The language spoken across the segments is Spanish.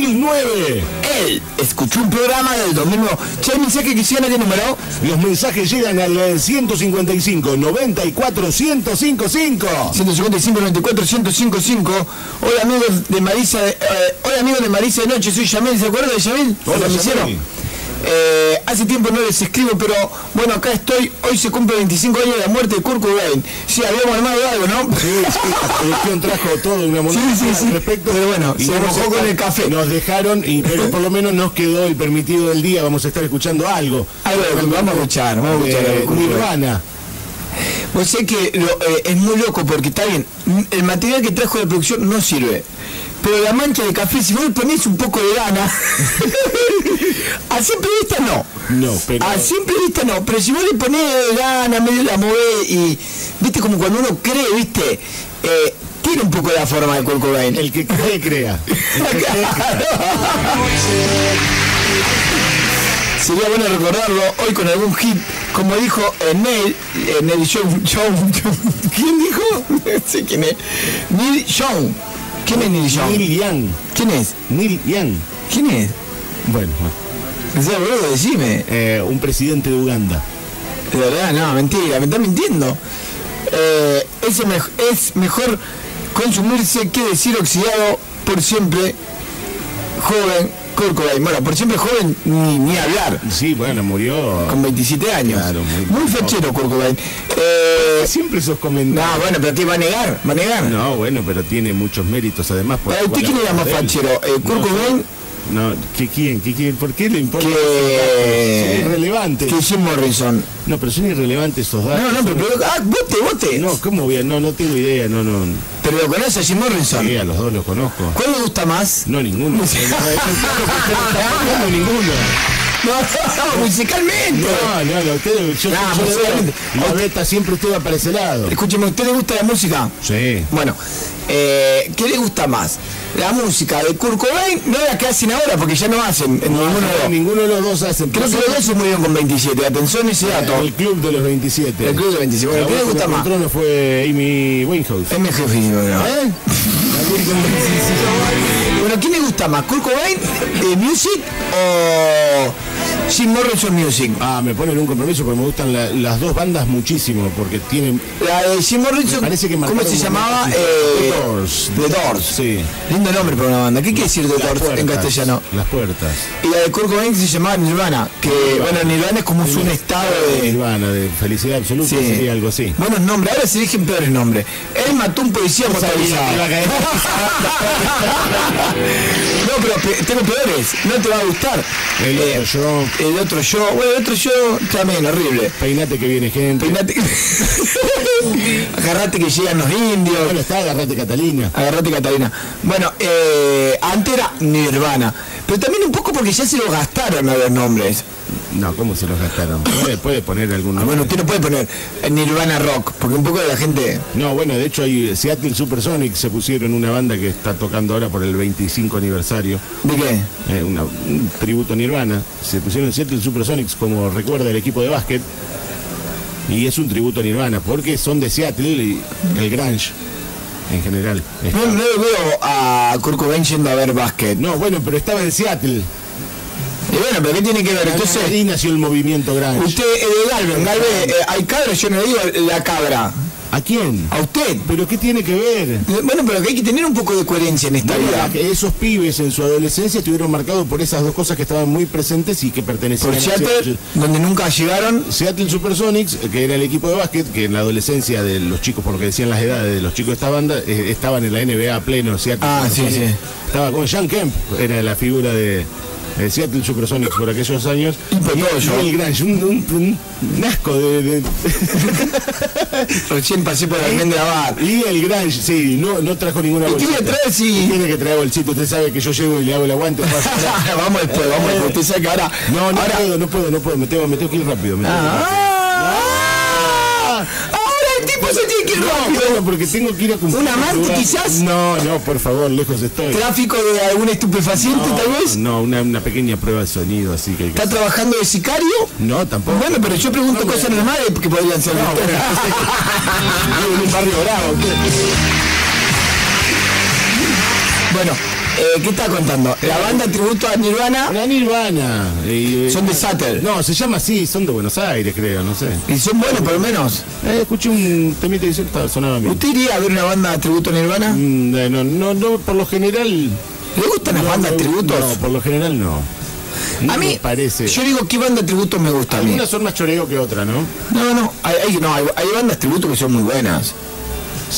2009. Él escuchó un programa del 2009. Che, mi que quisiera qué número. Los mensajes llegan al eh, 155 94 1055. 155 94 1055 Hola amigos de Marisa de, eh, Hola amigos de Marisa de Noche, soy Yamil, ¿se acuerdan de Yamil? Hola, ¿Lo que me Yamil. hicieron? Eh, hace tiempo no les escribo, pero bueno, acá estoy. Hoy se cumple 25 años de la muerte de Kurt Cobain. Sí, habíamos armado algo, ¿no? Sí, sí, la selección trajo todo una moneda Sí, sí, sí. al respecto. Pero bueno, se nos mojó dejaron- con el café. Nos dejaron, y, pero por lo menos nos quedó el permitido del día. Vamos a estar escuchando algo. Algo de- vamos a escuchar, vamos a escuchar algo de Eh, Kurt Cobain. Nirvana. Pues sé que lo- eh, es muy loco porque está bien, m- el material que trajo de producción no sirve. Pero la mancha de café, si vos le ponés un poco de gana, a simple vista no. No, pero- A simple vista no, pero si vos le ponés gana, medio la movés y, viste, como cuando uno cree, viste, eh, tiene un poco la forma de Kurt Cobain. El que cree, crea. El que cree, crea. Sería bueno recordarlo hoy con algún hit, como dijo eh, Neil, eh, Neil Young, Young- Young- ¿quién dijo? No sé quién es. Neil Young. ¿Quién es Neil Young? Neil Young. ¿Quién es? Neil Young. ¿Quién es? Bueno, O sea, boludo, decime. eh, un presidente de Uganda. De verdad, no, mentira, me está mintiendo. Eh, es, el mej- es mejor consumirse que decir oxidado por siempre joven, Kurt Cobain. Bueno, por siempre joven ni, ni hablar. Sí, bueno, murió. Con 27 años. Claro, muy- muy fachero Kurt Cobain. Eh, Siempre esos comentarios. No, bueno, pero ¿qué va a negar? ¿Va a negar? No, bueno, pero tiene muchos méritos además. por- Para Eh, usted, por la ¿quién era más de él. fachero? Eh, ¿Kurt No sé. Cobain? No, ¿qué quién? ¿Qué quién? ¿Por qué le importa? Son Que... irrelevantes. Que Jim Morrison. No, pero son irrelevantes esos datos. No, no, pero... pero- ah, vote, vote. No, ¿cómo voy a- No, no tengo idea, no, no. Pero lo conoce a Jim Morrison. Sí, a los dos los conozco. ¿Cuál le gusta más? No, ninguno. No, no, ninguno. No, musicalmente. No, no, no, usted, yo, Ah, yo- yo- musicalmente. la beta siempre usted va para ese lado. Escúcheme, ¿a usted le gusta la música? Sí. Bueno, eh, ¿qué le gusta más? La música de Kurt Cobain, no la que hacen ahora, porque ya no hacen en ninguno de los- ninguno de los dos hace. Creo que los dos se murieron con 27, atención ese dato. El club de los 27. El club de 27. Bueno, La ¿qué le voz que gusta me más? encontró no fue Amy Winehouse. Es mi jefe, bueno. ¿Eh? Bueno, ¿quién le gusta más? ¿Kurt Cobain eh, Music o Jim Morrison Music? Ah, me ponen un compromiso porque me gustan la- las dos bandas muchísimo, porque tienen... La de Jim Morrison, Me parece que ¿cómo marcaron se un llamaba? momento. Eh, The Doors. The Doors. Sí. Lindo nombre para una banda. ¿Qué quiere decir The las Doors en puertas, castellano? Las puertas. Y la de Kurt Cobain se llamaba Nirvana, que bueno, Nirvana es como un estado de... Nirvana, de felicidad absoluta, Sí. sería algo así. Buenos nombres, ahora se eligen peores nombres. Él mató a un policía motorizado. iba a caer. no, pero pe- tengo peores, no te va a gustar. El Eh, otro yo, El otro yo, bueno, el otro yo también, horrible. peinate que viene gente. Peinate. Agarrate que llegan los indios. Bueno, está, agarrate Catalina. Agarrate Catalina. Bueno, eh, antes era Nirvana. Pero también un poco porque ya se lo gastaron a los nombres. No, ¿cómo se los gastaron? ¿Puede, puede poner algún Ah, nombre? Bueno, usted no puede poner eh, Nirvana Rock, porque un poco de la gente. No, bueno, de hecho hay Seattle Supersonic se pusieron una banda que está tocando ahora por el 25 aniversario. ¿De qué? eh, una- un tributo a Nirvana. Se pusieron Seattle Supersonics como recuerda el equipo de básquet. Y es un tributo a Nirvana, porque son de Seattle y el Grange en general. Eh, No, no lo veo a Kurt Cobain yendo a ver básquet. No, bueno, pero estaba en Seattle. Y bueno, pero ¿qué tiene que ver? Entonces, ahí nació el movimiento Grange. usted es de Galvez. Galvez, eh, hay cabra, yo no digo la cabra. ¿A quién? A usted. ¿Pero qué tiene que ver? Bueno, pero que hay que tener un poco de coherencia en esta vida. Bueno, Esos pibes en su adolescencia estuvieron marcados por esas dos cosas que estaban muy presentes y que pertenecían Por Seattle, donde nunca llegaron. Seattle Supersonics, que era el equipo de básquet, que en la adolescencia de los chicos, por lo que decían las edades de los chicos de esta banda, eh, estaban en la NBA a pleno. Seattle Ah, sí, Supersonics. sí. Estaba con Sean Kemp, era la figura de, eh, Seattle Supersonics por aquellos años. Y por todo Y yo. el Grange, un, un- un asco de- de, Recién pasé por la almendra bar. Y el Grange, sí, no, no trajo ninguna ¿Y qué voy bolsita. a traer si.? Tiene que traer bolsito, usted sabe que yo llego y le hago el aguante. paso. vamos después, vamos después. Usted sabe que ahora. No, no ahora... puedo, no puedo, no puedo, me tengo, me tengo que ir rápido. me tengo que ir rápido. Ah, Ahora el tipo se tiene que ir No, rápido. bueno, porque tengo que ir a cumplir. ¿Un amante, un lugar. quizás? No, no, por favor, lejos estoy. Tráfico de algún estupefaciente, No, tal vez. No, una, una pequeña prueba de sonido, así que. hay que- ¿Está trabajando de sicario? No, tampoco. Bueno, pero yo pregunto cosas normales que podrían ser. No, bueno, Vivo en un barrio bravo. ¿qué? Bueno, Eh, ¿Qué estás contando? La banda tributo a Nirvana La Nirvana. y- eh, son de Satel. No, se llama así, son de Buenos Aires, creo, no sé. Y son buenos por lo menos. Eh, escuché un temita y estaba- sonaba bien. ¿Usted iría a ver una banda tributo a Nirvana? Mm, eh, No, no, no, por lo general. ¿Le gustan las no, bandas no, tributos? No, por lo general no. No a mí me parece. Yo digo qué banda tributo me gusta a mí. Algunas son más choreo que otras, ¿no? No, no, hay, hay- no, hay, hay bandas tributo que son muy buenas.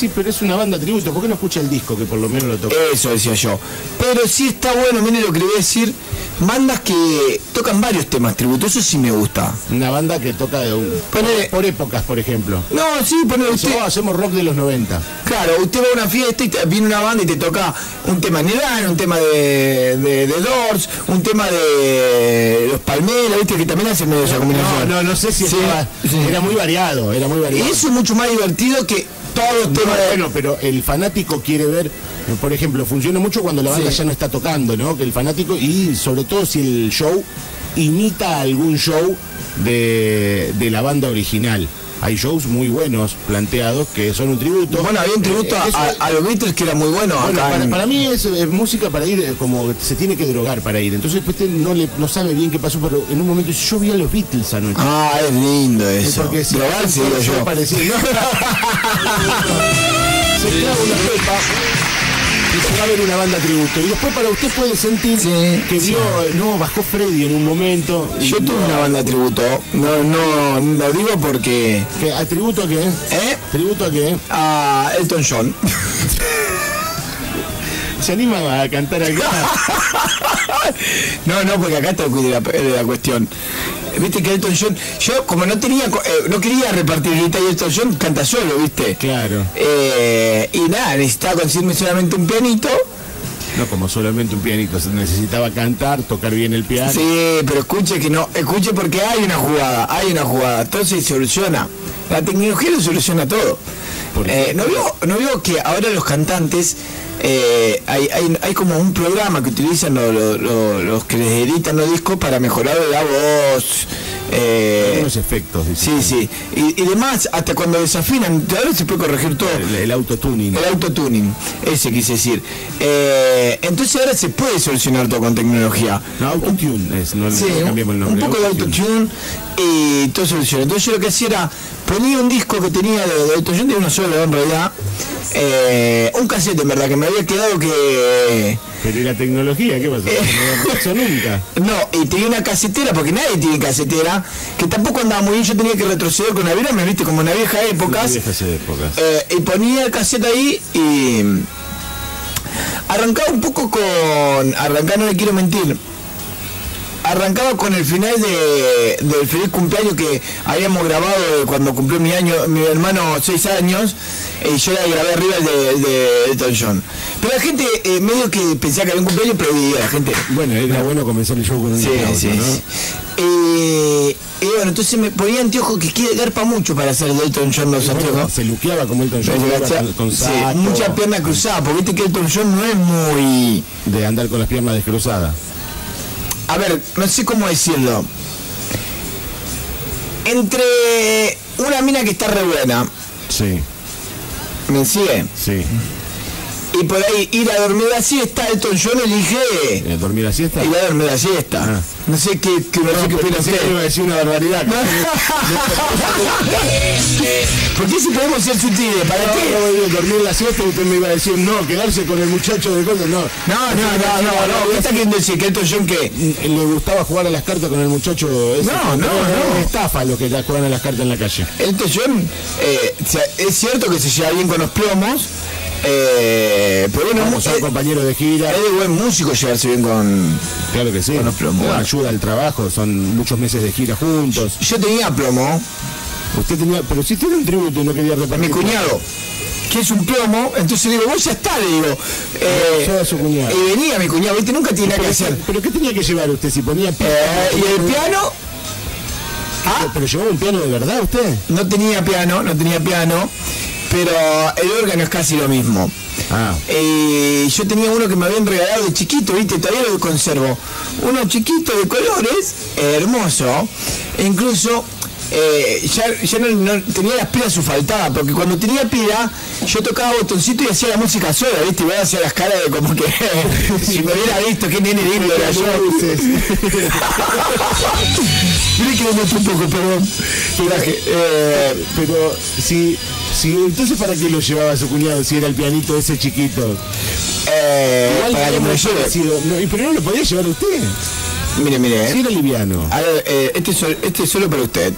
Sí, pero es una banda tributo. ¿Por qué no escucha el disco que por lo menos lo toca? Eso decía yo. Pero sí está bueno, mire lo que le voy a decir. Bandas que tocan varios temas tributo, eso sí me gusta. Una banda que toca de un- Ponele- por épocas, por ejemplo. No, sí, ponele Dice, usted. "Oh, hacemos rock de los 90. Claro, usted va a una fiesta y te- viene una banda y te toca un tema de Nirvana, un tema de, de, de Doors, un tema de Los Palmeras, viste que también hacen medio esa No, combinación. no, no sé si Sí, estaba- sí. era muy variado, era muy Y variado. eso es mucho más divertido que todos los No, temas de... bueno, pero el fanático quiere ver, eh, por ejemplo, funciona mucho cuando la banda Sí. ya no está tocando, ¿no? Que el fanático, y sobre todo si el show imita algún show de, de la banda original. Hay shows muy buenos planteados que son un tributo. Bueno, había un tributo a, Eh, eso- a- a los Beatles que era muy bueno, Bueno, acá para, en- para mí es, eh, música para ir, eh, como se tiene que drogar para ir. Entonces pues, te- no, le, no sabe bien qué pasó, pero en un momento dice, yo vi a los Beatles anoche. Ah, es lindo Es eso. Porque si Drogarse, digo yo yo. aparecí, ¿no? se clava una pepa y se va a ver una banda tributo. Y después para usted puede sentir Sí, que sí. vio, eh, no, bajó Freddy en un momento. y Yo tuve una banda tributo. No, no, lo digo porque... que, ¿A tributo a qué? ¿Eh? ¿Tributo a qué? A Elton John. ¿Se anima a cantar acá? No, no, porque acá está el cuide la, la cuestión. Viste que Elton John, yo como no tenía, co- eh, no quería repartir guita y Elton John canta solo, viste. Claro. Eh, y nada, necesitaba conseguirme solamente un pianito. No como solamente un pianito, se necesitaba cantar, tocar bien el piano. Sí, pero escuche que no, escuche porque hay una jugada, hay una jugada. Entonces soluciona. La tecnología lo soluciona todo. Por Eh, ¿no, vio, ¿No vio que ahora los cantantes, eh, hay, hay- hay como un programa que utilizan lo- lo- lo- los que les editan los discos para mejorar la voz? eh, Unos efectos, dice. sí, sí. Y, y demás, hasta cuando desafinan, ahora se puede corregir todo. El, el autotuning. El autotuning, ese quise decir. Eh, entonces ahora se puede solucionar todo con tecnología. No, autotune es, no, no Sí, cambiamos el un nombre. poco de autotune. autotune y todo solucionó. Entonces yo lo que hacía era ponía un disco que tenía de, de autotune, de uno solo en realidad, eh, un cassette en verdad que me había quedado que... Pero ¿y la tecnología? ¿Qué pasó? No pasó nunca. No, y tenía una casetera, porque nadie tiene casetera, que tampoco andaba muy bien, yo tenía que retroceder con la vieja, me viste como en la vieja época, Viejas épocas. eh, y ponía el cassette ahí y... Arrancaba un poco con... Arrancaba, no le quiero mentir. Arrancaba con el final de, del feliz cumpleaños que habíamos grabado de cuando cumplió mi año, mi hermano seis años, y yo la grabé arriba el de, el de Elton John. Pero la gente eh, medio que pensaba que había un cumpleaños, pero dividía la gente. Bueno, era bueno comenzar el show con un Sí, aplauso, sí, ¿no? sí. Eh, y bueno, entonces me ponía anteojos que queda garpa mucho para hacer de Elton John los Bueno, anteojos. se luqueaba como Elton John, iba con, con Sí, saco, mucha pierna cruzada, porque viste que Elton John no es muy... de andar con las piernas descruzadas. A ver, no sé cómo decirlo. Entre una mina que está re buena, Sí, me sigue, sí. y por ahí ir a dormir así está Elton John elige Eh, ¿Dormir la siesta? ir a dormir la siesta. Ah. No sé qué, qué, no sé qué opina Pensé que usted. iba a decir una barbaridad. ¿Por qué si podemos ser sutiles? ¿Para No, qué? no, no, dormir la siesta y usted me iba a decir no, quedarse con el muchacho de cosas, no. No, no, no, no, no, ¿qué está queriendo decir? ¿Que Elton John qué? Mm, Le gustaba jugar a las cartas con el muchacho. ese. No, no, Era una no. Estafa los que ya juegan a las cartas en la calle. Elton John, eh, se- es cierto que se lleva bien con los plomos, eh, pero bueno, Como es, son compañeros de gira. es de buen músico llevarse bien con... Claro que sí. Con los plomos. No, ayuda al trabajo, son muchos meses de gira juntos. Yo tenía plomo, Usted tenía, pero si tiene un tributo y no quería mi repartir. cuñado, que es un plomo, entonces le digo, vos ya está, le digo. eh, Yo a su cuñado. y venía mi cuñado, viste, nunca tiene nada que Pero, hacer. pero ¿qué tenía que llevar usted si ponía pi- Eh, y el piano, Ah. Pero- Pero llevaba un piano de verdad usted. no tenía piano, no tenía piano, pero el órgano es casi lo mismo. Ah. Eh, yo tenía uno que me habían regalado de chiquito, viste, todavía lo conservo. Uno chiquito de colores, hermoso. E incluso eh, ya, ya no, no- tenía las pilas asfaltadas, porque cuando tenía pila, yo tocaba botoncito y hacía la música sola, ¿viste? Y me hacía las caras de como que si me hubiera visto, qué nene lindo era yo. Mirá que me metí un poco, perdón. Mirá que, eh, Pero si, si entonces para qué lo llevaba su cuñado si era el pianito ese chiquito. eh, para que me lo lleve. Parecido. No, y pero no lo podía llevar usted. Mire, mire, eh. Si era liviano. A ver, eh, este, es sol- este es solo para usted.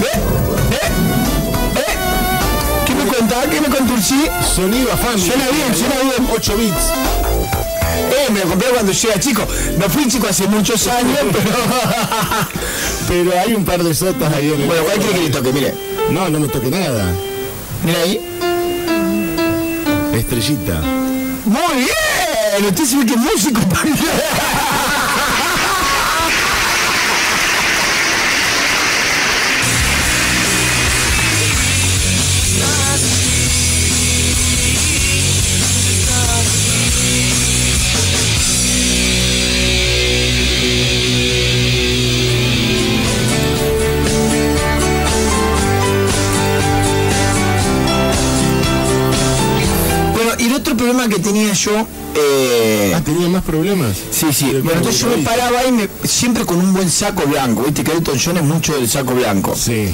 ¿Eh? ¿Eh? ¿Eh? ¿Qué me contaba? ¿Qué me contó el sí? Sonido afán. Suena bien, suena bien. 8 bits. Eh, me lo compré cuando yo era chico. No fui chico hace muchos años, pero... Pero hay un par de sotas ahí en el- bueno, ¿cuál quiere que le toque? Mire. No, no me toque nada. Mira ahí. Estrellita. ¡Muy bien! Usted se ve que es músico. bueno, y el otro problema que tenía yo... Eh, Ah, tenía más problemas. Sí, sí. Bueno, entonces yo me paraba ahí me- siempre con un buen saco blanco. Viste que Elton John es mucho del saco blanco. Sí.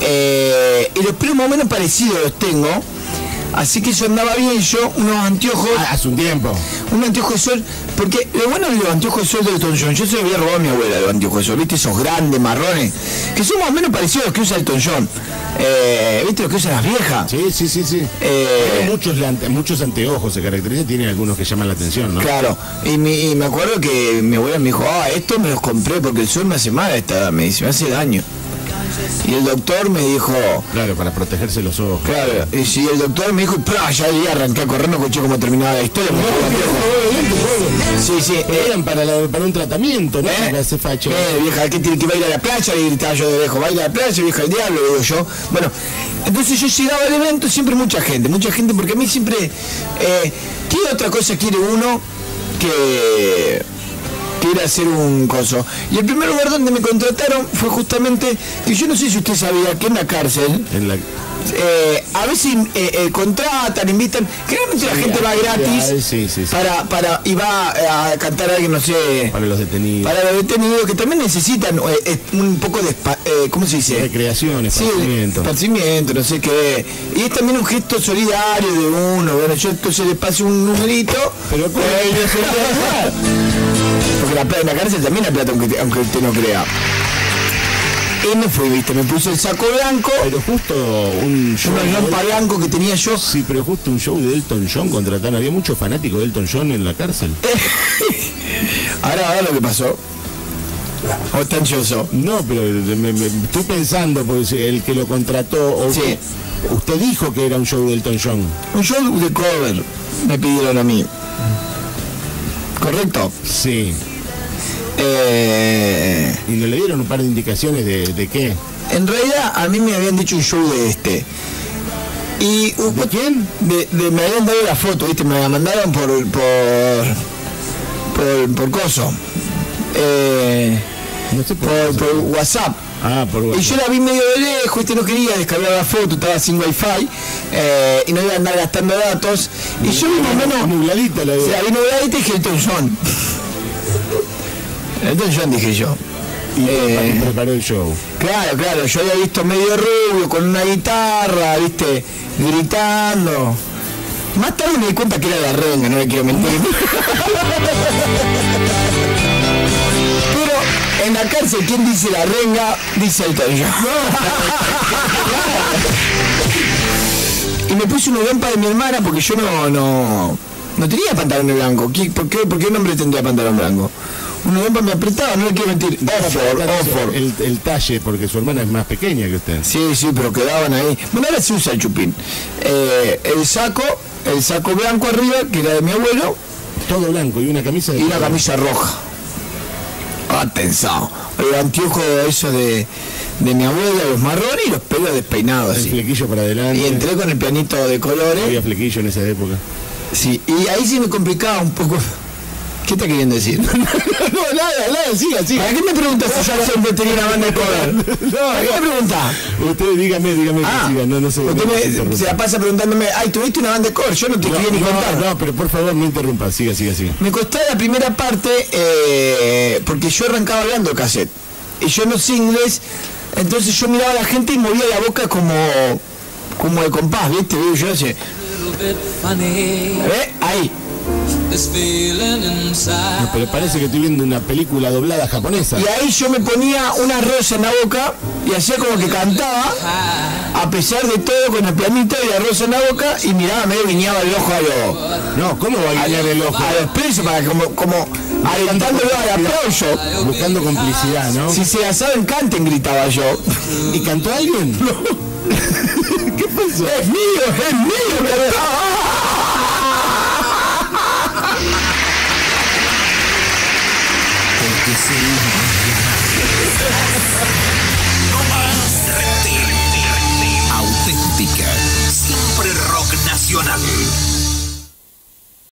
Eh, y los pelos más o menos parecidos los tengo. Así que yo andaba bien yo, unos anteojos, Ah, hace un tiempo. un anteojo de sol, porque lo bueno de los anteojos de sol de Elton John, yo se los había robado a mi abuela los anteojos de sol, viste esos grandes marrones, que son más o menos parecidos a los que usa Elton John, Eh, viste los que usan las viejas. Sí, sí, sí, sí. Eh, Pero muchos, lante- muchos anteojos se caracterizan, tienen algunos que llaman la atención, ¿no? Claro, y, mi- y me acuerdo que mi abuela me dijo, ah, esto me los compré porque el sol me hace mal a esta edad, me dice, me hace daño. Y el doctor me dijo, Claro, para protegerse los ojos. claro, y si el doctor me dijo, pra, ya le arranqué a correr, no escuché cómo terminaba la historia. porque Sí, sí, Pero eh, eran para, la- para un tratamiento, ¿no? Para hacer facho. eh, vieja, ¿qué tiene que bailar a la playa? Le gritaba yo de lejos, baila a la playa, vieja, el diablo, le digo yo. Bueno, entonces yo llegaba al evento, siempre mucha gente, mucha gente, porque a mí siempre, eh, ¿qué otra cosa quiere uno que que ir a hacer un coso. Y el primer lugar donde me contrataron fue justamente, que yo no sé si usted sabía, que en la cárcel, En la... eh, a veces eh, eh, contratan, invitan, generalmente la Sí, gente va actividades, gratis sí, sí, sí. para, para, y va eh, a cantar a alguien, no sé, Para los detenidos. para los detenidos que también necesitan eh, eh, un poco de, espa- eh, ¿cómo se dice? Recreaciones, Sí, esparcimiento. esparcimiento, no sé qué. Y es también un gesto solidario de uno. Bueno, yo entonces le paso un numerito. Pero, ¿cómo? eh, y la gente va a dejar. Porque la plata en la cárcel también la plata, aunque, aunque usted no crea. Y me fui, viste, me puse el saco blanco, Pero justo un show. una lampa blanco que tenía yo. Sí, pero justo un show de Elton John contrataron. Había muchos fanáticos de Elton John en la cárcel. Ahora, ahora lo que pasó. O tan choso. No, pero me- me- estoy pensando, pues el que lo contrató. o- Sí. Usted dijo que era un show de Elton John. Un show de cover me pidieron a mí. ¿Correcto? Sí. Eh... Y no le dieron un par de indicaciones de, de qué. En realidad a mí me habían dicho un show de este. Y ¿De quién? De, de- me habían dado la foto, ¿viste? Me la mandaron por por por, por coso. Eh, No sé por por, qué. por WhatsApp. Ah, por Y WhatsApp. yo la vi medio de lejos, ¿viste? no quería descargar la foto, estaba sin wifi eh, y no iba a andar gastando datos. Y yo vi más o menos, Nubladita la se la vi nublada y dije Elton John. Elton John dije yo. Y Eh, preparó el show. Claro, claro, yo había visto medio rubio con una guitarra, viste, gritando. Más tarde me di cuenta que era la renga, no le quiero mentir. Pero en la cárcel, quien dice la renga? Dice el John. y me puse una grampa de mi hermana porque yo no no, no tenía pantalón blanco. ¿Qui- ¿Por qué, por qué un hombre tendría pantalón blanco? Una grampa me apretaba, no le quiero mentir. Oxford, Oxford. El, el talle, porque su hermana es más pequeña que usted. Sí, sí, pero quedaban ahí. Bueno, ahora se usa el chupín. Eh, el saco, el saco blanco arriba, que era de mi abuelo, Todo blanco y una camisa de y la camisa roja. Atención. El anteojo eso de, de mi abuela, los marrones y los pelos despeinados el así. flequillo para Y adelante. entré con el pianito de colores. Había flequillo en esa época. Sí, y ahí sí me complicaba un poco. ¿Qué está queriendo decir? no, nada, nada, siga, siga. ¿Para qué me preguntas si ya siempre tenía una banda de cover? ¿Para qué me preguntas? Usted dígame, dígame Ah, que siga, no, no sé. usted no, me- se interrumpa. se la pasa preguntándome, ay, ¿tuviste una banda de cover? Yo no te quería ni no, contar. no, pero por favor no interrumpa, siga, siga, siga. Me costó la primera parte eh, porque yo arrancaba hablando cassette y yo no sé inglés, entonces yo miraba a la gente y movía la boca como como de compás, ¿viste? Y Yo decía, little bit funny. ¿eh? Ahí. This feeling inside. Pero parece que estoy viendo una película doblada japonesa. Y ahí yo me ponía una rosa en la boca y hacía como que cantaba, a pesar de todo, con el planito y la rosa en la boca y miraba, me guiñaba el ojo a los, No, ¿cómo va a guiñar el ojo? a los presos, para como, como adelantándolo al aplauso. Buscando complicidad, ¿no? Si se la saben, canten, gritaba yo. ¿Y cantó alguien? ¿Qué pasó? ¡Es mío! ¡Es mío! me da- Auténtica. Siempre rock nacional.